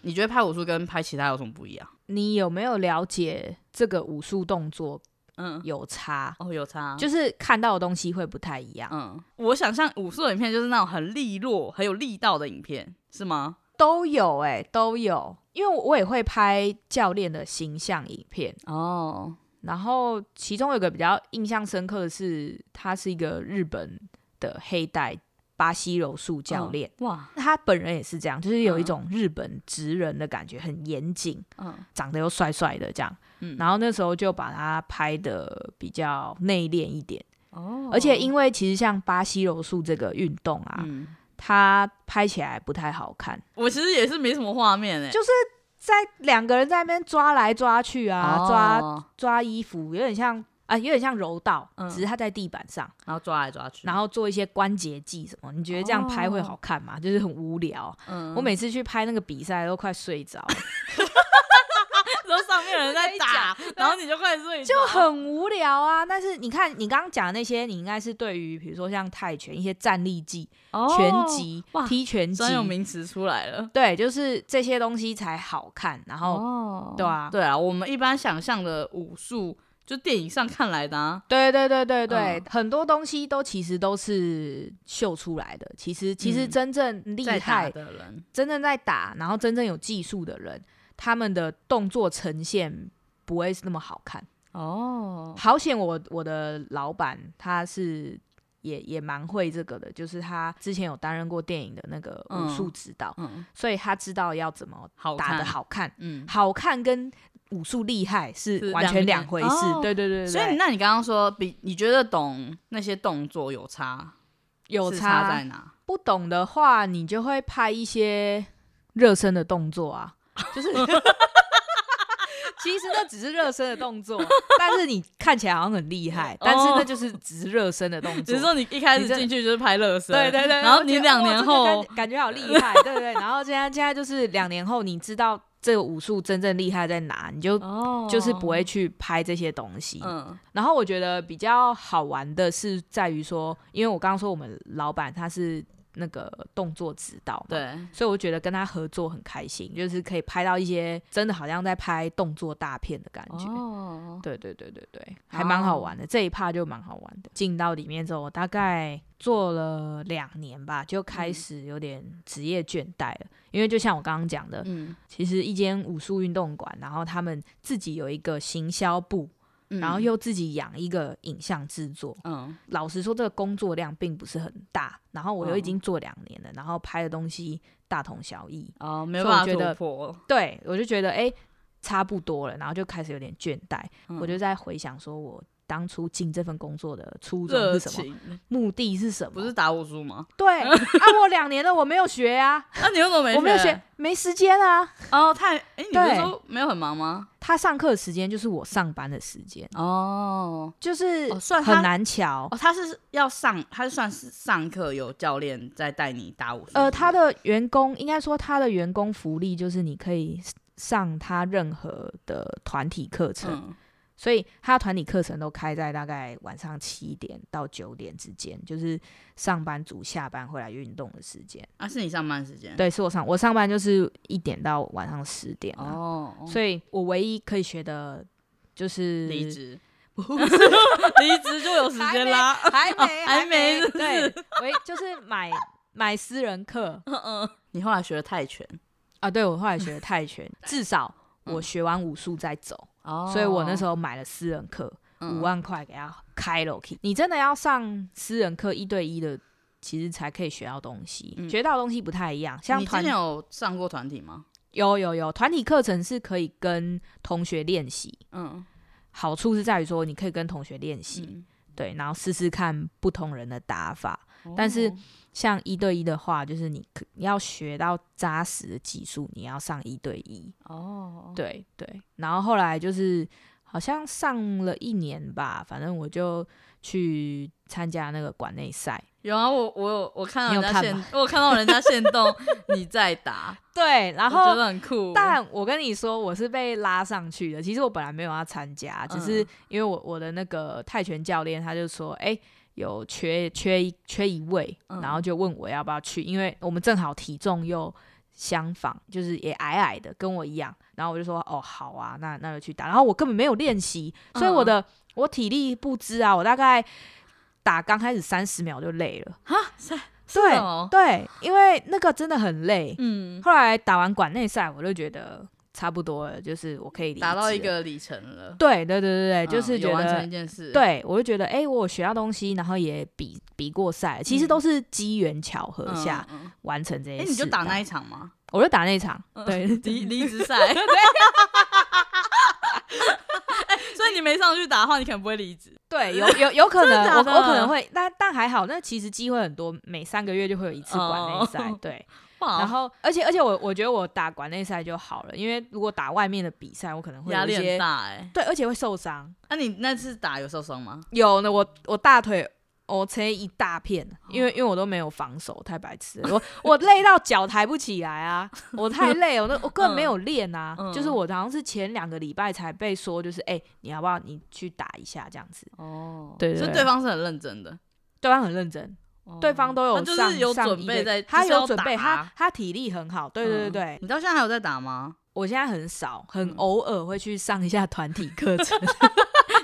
Speaker 1: 你觉得拍武术跟拍其他有什么不一样？
Speaker 2: 你有没有了解这个武术动作
Speaker 1: 嗯，
Speaker 2: 有差？
Speaker 1: 哦，有差，
Speaker 2: 就是看到的东西会不太一样，
Speaker 1: 嗯，我想象武术的影片就是那种很利落、很有力道的影片，是吗？
Speaker 2: 都有哎、都有。因为我也会拍教练的形象影片，
Speaker 1: 哦，
Speaker 2: 然后其中有个比较印象深刻的是，他是一个日本的黑带巴西柔术教练，
Speaker 1: 哇，
Speaker 2: 他本人也是这样，就是有一种日本职人的感觉，很严谨，
Speaker 1: 嗯
Speaker 2: 长得又帅帅的这样。
Speaker 1: 嗯
Speaker 2: 然后那时候就把他拍的比较内敛一点，
Speaker 1: 哦
Speaker 2: 而且因为其实像巴西柔术这个运动啊，
Speaker 1: 嗯，
Speaker 2: 它拍起来不太好看。
Speaker 1: 我其实也是没什么画面诶，欸
Speaker 2: 就是在两个人在那边抓来抓去啊，抓
Speaker 1: 哦
Speaker 2: 抓衣服，有点像啊、有点像柔道，
Speaker 1: 嗯
Speaker 2: 只是他在地板上，
Speaker 1: 然后抓来抓去，
Speaker 2: 然后做一些关节技什么。你觉得这样拍会好看吗？就是很无聊。
Speaker 1: 嗯
Speaker 2: 我每次去拍那个比赛都快睡 着，
Speaker 1: 然后上面人在打，然后你就开始睡着，
Speaker 2: 就很无聊啊。但是你看你刚刚讲的那些，你应该是对于比如说像泰拳一些站立技、拳击
Speaker 1: 哇、
Speaker 2: 踢拳击
Speaker 1: 哦专，有名词出来了。
Speaker 2: 对，就是这些东西才好看。然后、
Speaker 1: 哦
Speaker 2: 对啊，
Speaker 1: 对啊，我们一般想象的武术，就电影上看来的啊。
Speaker 2: 对对对对对，
Speaker 1: 嗯
Speaker 2: 很多东西都其实都是秀出来的。其实其实
Speaker 1: 嗯
Speaker 2: 真正厉
Speaker 1: 在打
Speaker 2: 害、
Speaker 1: 的人，
Speaker 2: 真正在打，然后真正有技术的人，他们的动作呈现不会是那么好看。
Speaker 1: 哦，
Speaker 2: 好险我，我的老板他是。也也蛮会这个的，就是他之前有担任过电影的那个武术
Speaker 1: 嗯
Speaker 2: 指导，
Speaker 1: 嗯，
Speaker 2: 所以他知道要怎么
Speaker 1: 好
Speaker 2: 打
Speaker 1: 的
Speaker 2: 的，好看，
Speaker 1: 嗯。
Speaker 2: 好看跟武术厉害是
Speaker 1: 是
Speaker 2: 完
Speaker 1: 两
Speaker 2: 全
Speaker 1: 个
Speaker 2: 两
Speaker 1: 点
Speaker 2: 回事。
Speaker 1: 哦
Speaker 2: 对对对对，
Speaker 1: 所以，
Speaker 2: 对
Speaker 1: 那你刚刚说，比你觉得懂那些动作有差，
Speaker 2: 有
Speaker 1: 是
Speaker 2: 差
Speaker 1: 在哪？
Speaker 2: 不懂的话，你就会拍一些热身的动作啊，就是 其实那只是热身的动 作，但是你看起来好像很厉害，但是那就是只是热身的动
Speaker 1: 只
Speaker 2: 作
Speaker 1: 是。说你一开始
Speaker 2: 哦你这
Speaker 1: 进去就是拍乐色，
Speaker 2: 对对对，
Speaker 1: 然后你
Speaker 2: 觉得
Speaker 1: 两
Speaker 2: 哇
Speaker 1: 年
Speaker 2: 哦这个
Speaker 1: 后
Speaker 2: 感感觉好厉 害，对对对，然后现在现在就是两年后，你知道这个武术真正厉害在哪，你就
Speaker 1: 哦
Speaker 2: 就是不会去拍这些东西。
Speaker 1: 嗯
Speaker 2: 然后我觉得比较好玩的是在于说，因为我刚刚说我们老板他是那个动作指导嘛，
Speaker 1: 对
Speaker 2: 所以我觉得跟他合作很开心，就是可以拍到一些真的好像在拍动作大片的感觉。
Speaker 1: 哦
Speaker 2: 对对对对对，还蛮好玩的。这一趴就蛮好玩的。进到里面之后，我大概做了两年吧，就开
Speaker 1: 嗯
Speaker 2: 始有点职业倦怠了。因为就像我刚刚讲的，
Speaker 1: 嗯，
Speaker 2: 其实一间武术运动馆，然后他们自己有一个行销部，
Speaker 1: 嗯
Speaker 2: 然后又自己养一个影像制作。
Speaker 1: 嗯
Speaker 2: 老实说，这个工作量并不是很大。然后我又已
Speaker 1: 嗯
Speaker 2: 经做两年了，然后拍的东西大同小异。
Speaker 1: 哦，没有
Speaker 2: 所以我
Speaker 1: 办
Speaker 2: 觉
Speaker 1: 法
Speaker 2: 得
Speaker 1: 突破，
Speaker 2: 对我就觉得哎、诶差不多了，然后就开始有点倦怠。
Speaker 1: 嗯
Speaker 2: 我就在回想说，我当初进这份工作的初衷
Speaker 1: 嗯热
Speaker 2: 是什么，
Speaker 1: 情
Speaker 2: 目的是什么？
Speaker 1: 不是打武术 吗？
Speaker 2: 对 啊，我两年了，我没有学啊，
Speaker 1: 那你为什么没
Speaker 2: 我没有学，没时间啊。
Speaker 1: 哦，太哎，你不是
Speaker 2: 对
Speaker 1: 说没有很忙吗？
Speaker 2: 他上课的时间就是我上班的时间，
Speaker 1: 哦
Speaker 2: 就是
Speaker 1: 哦算他
Speaker 2: 很难瞧。
Speaker 1: 哦，他是要上，他是算是上课有教练在带你打武术。
Speaker 2: 呃，他
Speaker 1: 的
Speaker 2: 的员工应该说他的员工福利就是你可以上他任何的团体课程，
Speaker 1: 嗯
Speaker 2: 所以他团体课程都开在大概晚上七点到九点之间，就是上班族下班回来运动的时间。
Speaker 1: 啊，是你上班时间。
Speaker 2: 对，是我上我上班就是一点到晚上十点、啊，
Speaker 1: 哦，
Speaker 2: 所以我唯一可以学的就是
Speaker 1: 离职，
Speaker 2: 不
Speaker 1: 是离职就有时间啦。
Speaker 2: 还没，
Speaker 1: 还没是不
Speaker 2: 对，我就是买买私人课
Speaker 1: 嗯嗯， 你后来学了泰拳
Speaker 2: 啊。对我后来学了泰 拳，至少我学完武术再走，
Speaker 1: 嗯哦嗯
Speaker 2: 所以我那时候买了私人课，五万块给他开了。你真的要上私人课一对一的，其实才可以学到东西，
Speaker 1: 嗯
Speaker 2: 学到东西不太一样。像
Speaker 1: 你之
Speaker 2: 团
Speaker 1: 前有上过团体吗？
Speaker 2: 有有有团体课程是可以跟同学练习，
Speaker 1: 嗯，
Speaker 2: 好处是在于说你可以跟同学练习，
Speaker 1: 嗯
Speaker 2: 对，然后试试看不同人的打法。但是
Speaker 1: 哦
Speaker 2: 像一对一的话，就是你可你要学到扎实的技术，你要上一对一。
Speaker 1: 哦，
Speaker 2: 对对，然后后来就是好像上了一年吧，反正我就去参加那个馆内赛。
Speaker 1: 有啊，我我有我看到
Speaker 2: 你有
Speaker 1: 人家
Speaker 2: 看
Speaker 1: 现
Speaker 2: 吗，
Speaker 1: 我有看到人家现 动你在打，
Speaker 2: 对，然
Speaker 1: 我觉
Speaker 2: 后
Speaker 1: 得很酷。
Speaker 2: 但我跟你说，我是被拉上去的。其实我本来没有要参加，只是
Speaker 1: 嗯
Speaker 2: 因为我我的那个泰拳教练他就说，哎、有缺缺一缺一位，
Speaker 1: 嗯
Speaker 2: 然后就问我要不要去，因为我们正好体重又相仿，就是也矮矮的，跟我一样。然后我就说，哦，好啊，那那就去打。然后我根本没有练习，
Speaker 1: 嗯
Speaker 2: 所以我的、我体力不支啊，我大概打刚开始三十秒就累了。
Speaker 1: 啊，是是
Speaker 2: 对、
Speaker 1: 哦，
Speaker 2: 对，因为那个真的很累。
Speaker 1: 嗯，
Speaker 2: 后来打完馆内赛，我就觉得差不多了，就是我可以离
Speaker 1: 达到
Speaker 2: 职
Speaker 1: 一
Speaker 2: 了，
Speaker 1: 个里程了，
Speaker 2: 对对对对对，就
Speaker 1: 嗯
Speaker 2: 是
Speaker 1: 有
Speaker 2: 觉
Speaker 1: 完成
Speaker 2: 得
Speaker 1: 一，件事。，
Speaker 2: 对我就觉得，哎、我有学到东西，然后也比比过赛，其实
Speaker 1: 嗯
Speaker 2: 都是机缘巧合下
Speaker 1: 嗯，嗯
Speaker 2: 完成这
Speaker 1: 哎，
Speaker 2: 件事。
Speaker 1: 你就打那
Speaker 2: 一，
Speaker 1: 一场吗？
Speaker 2: 我就打那一场，
Speaker 1: 嗯
Speaker 2: 对，
Speaker 1: 离离职赛。 哎 所以你没上去打的话，你可能不会离职。
Speaker 2: 对，有有有可能，
Speaker 1: 真的
Speaker 2: 我
Speaker 1: 假的
Speaker 2: 我可能会，但但还好，那其实机会很多，每三个月就会有一次馆内赛，
Speaker 1: 哦
Speaker 2: 对。
Speaker 1: 哇，
Speaker 2: 然后，而且而且我我觉得我打馆内赛就好了，因为如果打外面的比赛，我可能会
Speaker 1: 压
Speaker 2: 有一
Speaker 1: 力很
Speaker 2: 些，
Speaker 1: 大哎。
Speaker 2: 对，而且会受伤。
Speaker 1: 那啊你那次打有受伤吗？
Speaker 2: 有呢，我我大腿我切一大片，因为
Speaker 1: 哦
Speaker 2: 因为我都没有防守，太白痴了。我我累到脚抬不起来啊，我太累了，我那我根本没有练啊。
Speaker 1: 嗯嗯
Speaker 2: 就是我好像是前两个礼拜才被说，就是哎、你好不好，你去打一下这样子。
Speaker 1: 哦
Speaker 2: 对对
Speaker 1: 所以
Speaker 2: 对
Speaker 1: 对方是很认真的，
Speaker 2: 对方很认真，
Speaker 1: 哦
Speaker 2: 对方都
Speaker 1: 他
Speaker 2: 有
Speaker 1: 就
Speaker 2: 上
Speaker 1: 是有
Speaker 2: 上
Speaker 1: 准
Speaker 2: 一
Speaker 1: 备
Speaker 2: 对
Speaker 1: 在，
Speaker 2: 他
Speaker 1: 就是要
Speaker 2: 有准备，
Speaker 1: 打嗯
Speaker 2: 他他体力很好。对对对对，
Speaker 1: 你到现在还有在打 吗？
Speaker 2: 我现在很少，很
Speaker 1: 嗯
Speaker 2: 偶尔会去上一下团体 课程。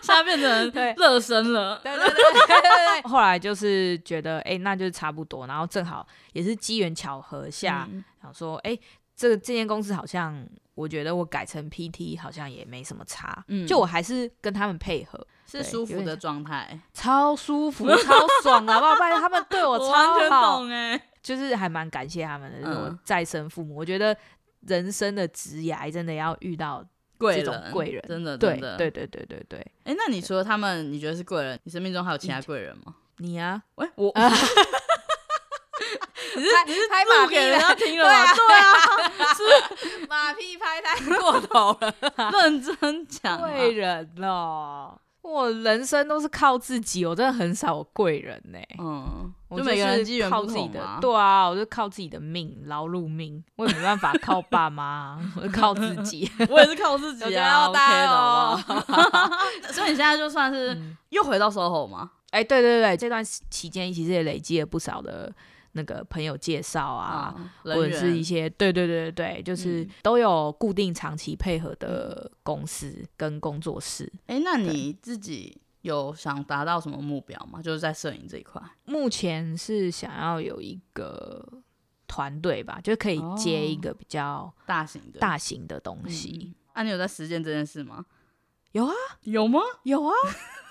Speaker 1: 现在变成
Speaker 2: 对
Speaker 1: 热身了。嗯
Speaker 2: 对对对对对对。后来就是觉得，哎、那就差不多。然后正好也是机缘巧合下，
Speaker 1: 嗯
Speaker 2: 想说，哎、这个这间公司好像，我觉得我改成 PT 好像也没什么差，
Speaker 1: 嗯
Speaker 2: 就我还是跟他们配合，
Speaker 1: 是
Speaker 2: 对
Speaker 1: 舒
Speaker 2: 有
Speaker 1: 服
Speaker 2: 点
Speaker 1: 的
Speaker 2: 像
Speaker 1: 状态，
Speaker 2: 超舒服、 超爽，啊好不好？不然他们对我
Speaker 1: 完
Speaker 2: 超
Speaker 1: 全
Speaker 2: 好，
Speaker 1: 懂哎、
Speaker 2: 就是还蛮感谢他们的，就是我
Speaker 1: 嗯
Speaker 2: 再生父母，我觉得人生的职涯真的要遇到。
Speaker 1: 贵
Speaker 2: 这种
Speaker 1: 人，
Speaker 2: 贵人
Speaker 1: 真的
Speaker 2: 对
Speaker 1: 真的。
Speaker 2: 对对对对对，嗯
Speaker 1: 哎、那你除了他们，你觉得是贵人，你生命中还有其他贵人 吗？
Speaker 2: 你啊，
Speaker 1: 喂、我
Speaker 2: 啊
Speaker 1: 你是
Speaker 2: 拍
Speaker 1: 你是
Speaker 2: 拍马
Speaker 1: 录
Speaker 2: 屁
Speaker 1: 给人
Speaker 2: 了
Speaker 1: 家听了吗？对
Speaker 2: 马屁拍太过头了，
Speaker 1: 啊， 认真讲、啊。
Speaker 2: 贵人哦，我人生都是靠自己，我真的很少有贵人呢、
Speaker 1: 嗯，
Speaker 2: 我
Speaker 1: 就每个人
Speaker 2: 是
Speaker 1: 机缘
Speaker 2: 靠
Speaker 1: 不
Speaker 2: 自己
Speaker 1: 同
Speaker 2: 的
Speaker 1: 嘛，。
Speaker 2: 对啊，我就靠自己的命，劳碌命，我也没办法靠爸妈， 我就靠自 己。
Speaker 1: 我也是靠自
Speaker 2: 有
Speaker 1: 己
Speaker 2: 家
Speaker 1: 啊
Speaker 2: 要哦
Speaker 1: ，OK 的好
Speaker 2: 大
Speaker 1: 不好所以你现在就算是
Speaker 2: 嗯
Speaker 1: 又回到 SOHO 吗？
Speaker 2: 哎、对对对，这段期间其实也累积了不少的那个朋友介绍啊，
Speaker 1: 嗯，
Speaker 2: 或
Speaker 1: 人
Speaker 2: 者是一
Speaker 1: 缘
Speaker 2: 些对对对对对，就是
Speaker 1: 嗯
Speaker 2: 都有固定长期配合的公司跟工作室。
Speaker 1: 哎、那你自己有想达到什么目标吗？就是在摄影这一块，
Speaker 2: 目前是想要有一个团队吧，就可以接一
Speaker 1: 哦
Speaker 2: 个比较
Speaker 1: 大型的
Speaker 2: 大型的东
Speaker 1: 嗯嗯
Speaker 2: 西。
Speaker 1: 啊，你有在实践这件事吗？
Speaker 2: 有啊，
Speaker 1: 有吗？
Speaker 2: 有啊，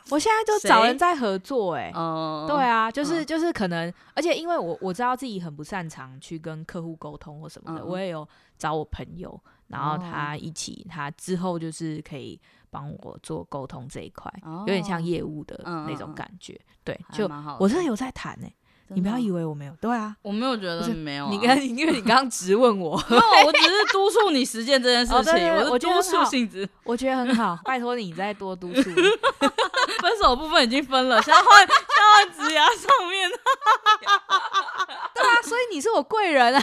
Speaker 2: 我现在就找
Speaker 1: 嗯谁
Speaker 2: 人在合作、欸，
Speaker 1: 哦、
Speaker 2: 对啊，就是、
Speaker 1: 嗯
Speaker 2: 就是可能，而且因为我我知道自己很不擅长去跟客户沟通或什么的，
Speaker 1: 嗯哦
Speaker 2: 我也有找我朋友，然后他一起，他之后就是可以帮我做沟通这一块，
Speaker 1: 哦
Speaker 2: 有点像业务的
Speaker 1: 嗯
Speaker 2: 那
Speaker 1: 嗯嗯
Speaker 2: 种感觉。对，
Speaker 1: 还
Speaker 2: 就
Speaker 1: 蛮好的，
Speaker 2: 我真的有在谈诶、
Speaker 1: 真的
Speaker 2: 你不要
Speaker 1: 哦
Speaker 2: 以为我没有，对啊，
Speaker 1: 我没有觉
Speaker 2: 不
Speaker 1: 得
Speaker 2: 是
Speaker 1: 没有啊、
Speaker 2: 你刚， 因为你刚刚直问我，
Speaker 1: 没有，我只是督促你实践这件事情，
Speaker 2: 哦对对对
Speaker 1: 我是
Speaker 2: 我觉得
Speaker 1: 督
Speaker 2: 很
Speaker 1: 促
Speaker 2: 好
Speaker 1: 性质。
Speaker 2: 我觉得很好，拜托你再多督 促。
Speaker 1: 分手部分已经分了，现在换 现在换指牙上面。
Speaker 2: 对啊，所以你是我贵人啊。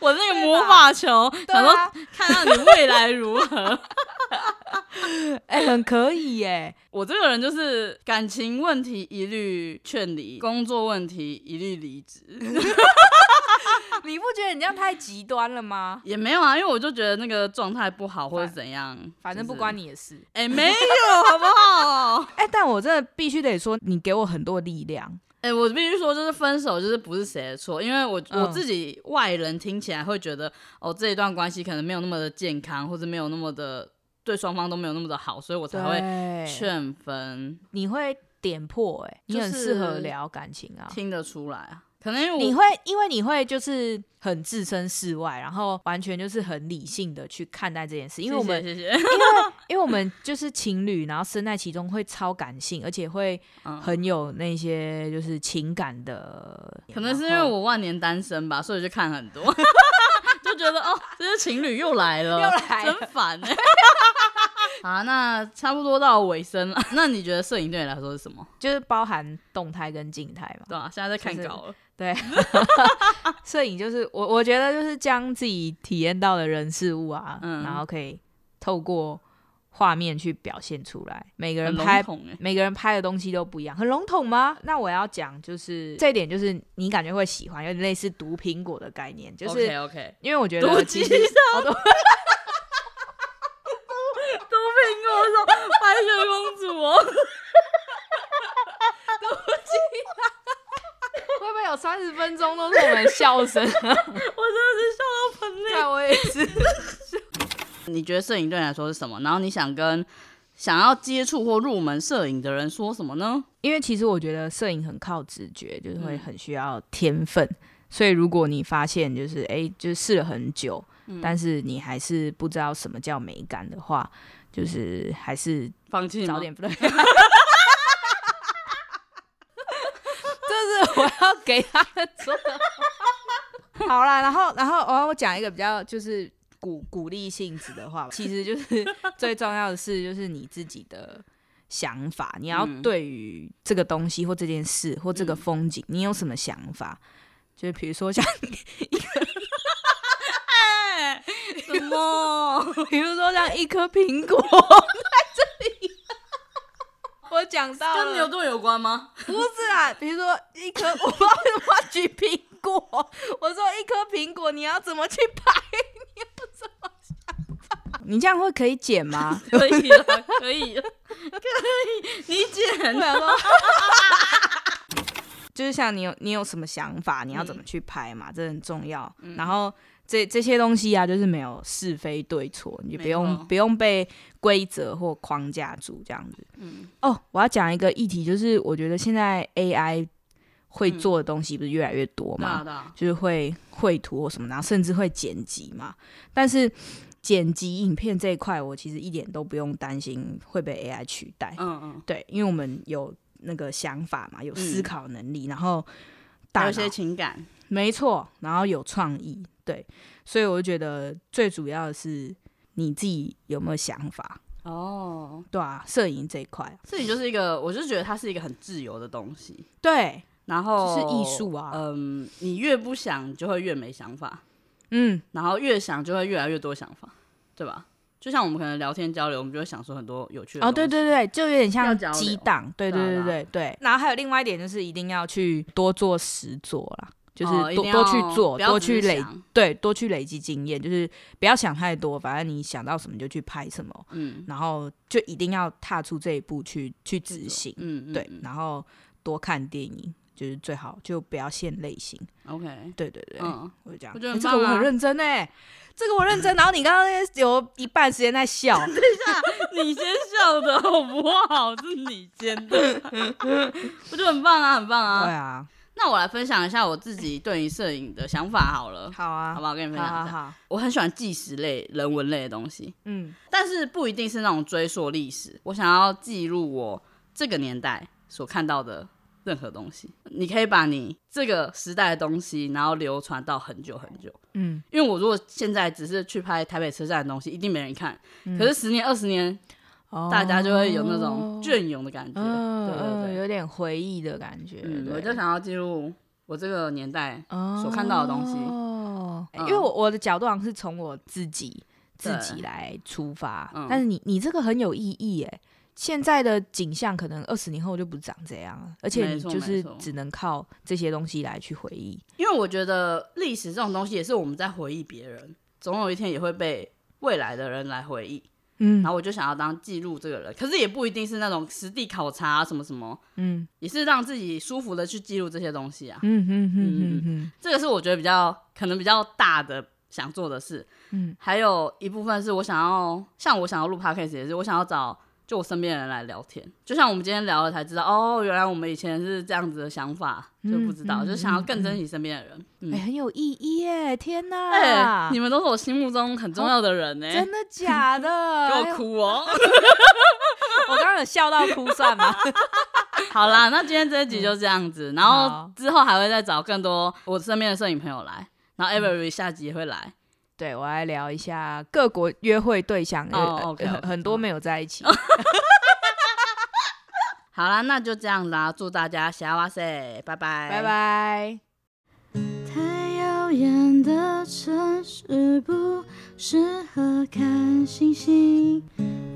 Speaker 1: 我那个
Speaker 2: 对
Speaker 1: 魔
Speaker 2: 吧
Speaker 1: 法球，
Speaker 2: 对
Speaker 1: 想说
Speaker 2: 啊，
Speaker 1: 看到你未来如何。
Speaker 2: 哎、很可以 耶、
Speaker 1: 我这个人就是感情问题一律劝离，工作问题一律离职。
Speaker 2: 你不觉得你这样太极端了吗？
Speaker 1: 也没有啊，因为我就觉得那个状态不好或者怎样，
Speaker 2: 反正不
Speaker 1: 就是
Speaker 2: 关。你的事。
Speaker 1: 哎、没有，好不好？
Speaker 2: 哎、但我真的必须得说，你给我很多力量。
Speaker 1: 哎、我必须说，就是分手就是不是谁的错，因为我、
Speaker 2: 嗯
Speaker 1: 我自己外人听起来会觉得，哦，这一段关系可能没有那么的健康，或者没有那么的对双方都没有那么的好，所以我才会
Speaker 2: 对，
Speaker 1: 劝分，
Speaker 2: 你会点破、哎，你很
Speaker 1: 就是
Speaker 2: 适合聊感情啊。
Speaker 1: 听得出来啊。可能因为我
Speaker 2: 你会，因为你会就是很置身事外，然后完全就是很理性的去看待这件事，因为 我们
Speaker 1: 谢谢谢谢
Speaker 2: 因为我们就是情侣，然后身在其中会超感性，而且会
Speaker 1: 嗯
Speaker 2: 很有那些就是情感的。
Speaker 1: 可能是因
Speaker 2: 然
Speaker 1: 为
Speaker 2: 后
Speaker 1: 我万年单身吧，所以就看很多， 就觉得哦，这些情侣又来了，
Speaker 2: 又来了
Speaker 1: 真烦哎、 好，那差不多到尾声了。那你觉得摄影对你来说是什么？
Speaker 2: 就是包含动态跟静态嘛。
Speaker 1: 对啊，现在在看
Speaker 2: 就是
Speaker 1: 稿了。
Speaker 2: 对， 摄影就是我我觉得就是将自己体验到的人事物啊，
Speaker 1: 嗯
Speaker 2: 然后可以透过画面去表现出来。每个人
Speaker 1: 很笼
Speaker 2: 拍
Speaker 1: 统哎、
Speaker 2: 每个人拍的东西都不一样，很笼统吗？那我要讲就是这一点，就是你感觉会喜欢，有点类似毒苹果的概念，就是
Speaker 1: OK OK，
Speaker 2: 因为我觉
Speaker 1: 毒
Speaker 2: 得
Speaker 1: 鸡
Speaker 2: 其
Speaker 1: 汤，
Speaker 2: 实哦
Speaker 1: 毒毒 苹果手，白雪公主哦，
Speaker 2: 会不会有三十分钟都是我们笑 声？
Speaker 1: 我真的是笑到喷泪。
Speaker 2: 看我也是，
Speaker 1: 你觉得摄影对你来说是什么？然后你想跟想要接触或入门摄影的人说什么呢？
Speaker 2: 因为其实我觉得摄影很靠直觉，就是会很需要天分。所以，如果你发现就是哎、就是试了很久，但是你还是不知道什么叫美感的话，就是还是
Speaker 1: 放弃吗
Speaker 2: 早点 不对。这是我要给他们说的话。好啦，然后然后我要讲一个比较就是鼓鼓励性质的话吧，其实就是最重要的是就是你自己的想法，你要
Speaker 1: 嗯
Speaker 2: 对于这个东西或这件事或这个
Speaker 1: 嗯
Speaker 2: 风景，你有什么想法？就是比如说像，
Speaker 1: 什么？
Speaker 2: 比如说像一颗苹果 在这里，我讲到了
Speaker 1: 跟牛顿有关吗？
Speaker 2: 不是啊，比如说一颗，我不知道为什么要举苹果。我说一颗苹果，你要怎么去拍？ 你要怎么想法？你这样会可以剪吗
Speaker 1: ？可以 了，可以了，可以，你
Speaker 2: 我
Speaker 1: 剪。
Speaker 2: 想说， 就是像你有你有什么想法，你要怎么去拍
Speaker 1: 嗯
Speaker 2: 嘛，这很重要。然后这这些东西啊，就是没有是非对错，你就不
Speaker 1: 没
Speaker 2: 用
Speaker 1: 错
Speaker 2: 不用被规则或框架住这样子。
Speaker 1: 嗯
Speaker 2: 哦，我要讲一个议题，就是我觉得现在 AI 会
Speaker 1: 嗯
Speaker 2: 做的东西不是越来越多
Speaker 1: 对
Speaker 2: 嘛？
Speaker 1: 啊对啊，
Speaker 2: 就是会绘图或什么，然后甚至会剪辑嘛。但是剪辑影片这一块，我其实一点都不用担心会被 AI 取代。
Speaker 1: 嗯嗯，
Speaker 2: 对，因为我们有那个想法嘛，有思
Speaker 1: 嗯
Speaker 2: 考能力，然后
Speaker 1: 还
Speaker 2: 大
Speaker 1: 有
Speaker 2: 脑
Speaker 1: 一些情感，
Speaker 2: 没错，然后有创意，对，所以我就觉得最主要的是你自己有没有想法，
Speaker 1: 哦，
Speaker 2: 对啊，摄影这一块，
Speaker 1: 摄影就是一个，我就觉得它是一个很自由的东西，
Speaker 2: 对，
Speaker 1: 然后
Speaker 2: 就是艺术啊
Speaker 1: 嗯，你越不想，你就会越没想法，
Speaker 2: 嗯，
Speaker 1: 然后越想就会越来越多想法，对吧？就像我们可能聊天交流，我们就会想出很多有趣的
Speaker 2: 哦，对
Speaker 1: 东西
Speaker 2: 对对，就有点
Speaker 1: 要
Speaker 2: 像
Speaker 1: 交流
Speaker 2: 激荡，对
Speaker 1: 对啊
Speaker 2: 对对
Speaker 1: 对
Speaker 2: 对对。然后还有另外一点就是一定要去多做实做啦，就是
Speaker 1: 哦一
Speaker 2: 多
Speaker 1: 定
Speaker 2: 多
Speaker 1: 要
Speaker 2: 去做，
Speaker 1: 不要
Speaker 2: 多
Speaker 1: 只是
Speaker 2: 去累，
Speaker 1: 想
Speaker 2: 对，多去累积经验，就是不要想太多，反正你想到什么就去拍什么，
Speaker 1: 嗯，
Speaker 2: 然后就一定要踏出这一步去
Speaker 1: 去
Speaker 2: 去执
Speaker 1: 做
Speaker 2: 行，
Speaker 1: 嗯，嗯
Speaker 2: 对
Speaker 1: 嗯，
Speaker 2: 然后多看电影。就是最好就不要限类型，
Speaker 1: 嗯，OK，
Speaker 2: 对对对，
Speaker 1: 嗯，
Speaker 2: 我就这样。
Speaker 1: 我觉得
Speaker 2: 欸
Speaker 1: 很
Speaker 2: 这个
Speaker 1: 棒
Speaker 2: 我很
Speaker 1: 啊
Speaker 2: 认真哎、这个我认真。然后你刚刚那些有一半时间在笑，
Speaker 1: 嗯 你先笑的好不好？是你先 的，我觉得很棒啊，很棒
Speaker 2: 对
Speaker 1: 啊。
Speaker 2: 啊，
Speaker 1: 那我来分享一下我自己对于摄影的想法好了，
Speaker 2: 好啊，
Speaker 1: 好不好？跟你分
Speaker 2: 好
Speaker 1: 享
Speaker 2: 好
Speaker 1: 一下，
Speaker 2: 好，
Speaker 1: 我很喜欢纪实类、人文类的东西，
Speaker 2: 嗯，
Speaker 1: 但是不一定是那种追溯历史。我想要记录我这个年代所看到的任何东西。你可以把你这个时代的东西，然后流传到很久很久。
Speaker 2: 嗯，
Speaker 1: 因为我如果现在只是去拍台北车站的东西，一定没人看。
Speaker 2: 嗯
Speaker 1: 可是十年、二十年大家就会有那种
Speaker 2: 哦
Speaker 1: 隽永的感觉。
Speaker 2: 嗯嗯
Speaker 1: 对对对，
Speaker 2: 有点回忆的感觉。
Speaker 1: 嗯，
Speaker 2: 对
Speaker 1: 我就想要进入我这个年代，
Speaker 2: 哦
Speaker 1: 所看到的东西
Speaker 2: 哦，
Speaker 1: 嗯
Speaker 2: 因为我我的角度好像是从我自己自
Speaker 1: 对
Speaker 2: 己来出发
Speaker 1: 嗯。
Speaker 2: 但是你你这个很有意义哎、现在的景象可能二十年后就不长这样了，而且
Speaker 1: 没
Speaker 2: 你
Speaker 1: 错
Speaker 2: 就
Speaker 1: 没
Speaker 2: 是
Speaker 1: 错
Speaker 2: 只能靠这些东西来去回忆。
Speaker 1: 因为我觉得历史这种东西也是我们在回忆别人，总有一天也会被未来的人来回忆。
Speaker 2: 嗯
Speaker 1: 然后我就想要当记录这个人，可是也不一定是那种实地考察、啊什么什么，
Speaker 2: 嗯
Speaker 1: 也是让自己舒服的去记录这些东西啊。
Speaker 2: 嗯嗯
Speaker 1: 嗯
Speaker 2: 嗯嗯
Speaker 1: 这个是我觉得比较可能比较大的想做的事。
Speaker 2: 嗯，
Speaker 1: 还有一部分是我想要，像我想要录 podcast 也是，我想要找就我身边的人来聊天。就像我们今天聊了才知道，哦，原来我们以前是这样子的想法，就不知道，
Speaker 2: 嗯嗯
Speaker 1: 就想要更珍惜身边的人。
Speaker 2: 嗯，哎、
Speaker 1: 嗯，
Speaker 2: 很有意义哎、天哪！
Speaker 1: 哎、你们都是我心目中很重要的人呢、
Speaker 2: 真的假 的？
Speaker 1: 给
Speaker 2: 哎
Speaker 1: 我
Speaker 2: 呦
Speaker 1: 哭哦！
Speaker 2: 我刚刚有笑到哭算吗？
Speaker 1: 好啦，那今天这一集就这样子，然后
Speaker 2: 嗯好
Speaker 1: 之后还会再找更多我身边的摄影朋友来，然后
Speaker 2: 嗯
Speaker 1: Avery 下集也会来。
Speaker 2: 对，我来聊一下各国约会对象，
Speaker 1: 哦
Speaker 2: 呃呃
Speaker 1: OK，OK，
Speaker 2: 很多没有在一起。
Speaker 1: 好啦，那就这样啦，祝大家霞哇塞，拜拜，
Speaker 2: 拜。拜。
Speaker 4: 太耀眼的城市不适合看星星，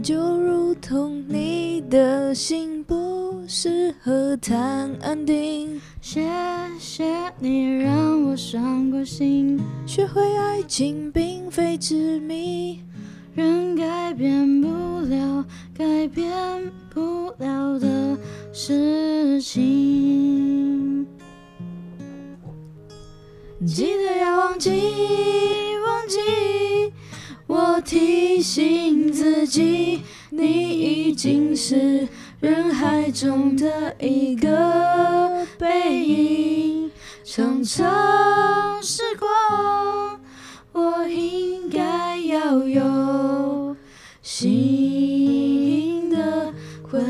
Speaker 3: 就如同你的心不适合谈安定，
Speaker 4: 谢谢你让我伤过心。
Speaker 3: 学会爱情并非执迷。
Speaker 4: 人改变不了，改变不了的事情。记得要忘记，忘记，我提醒自己，你已经是人海中的一个背影。常常时光，我应该要有新的回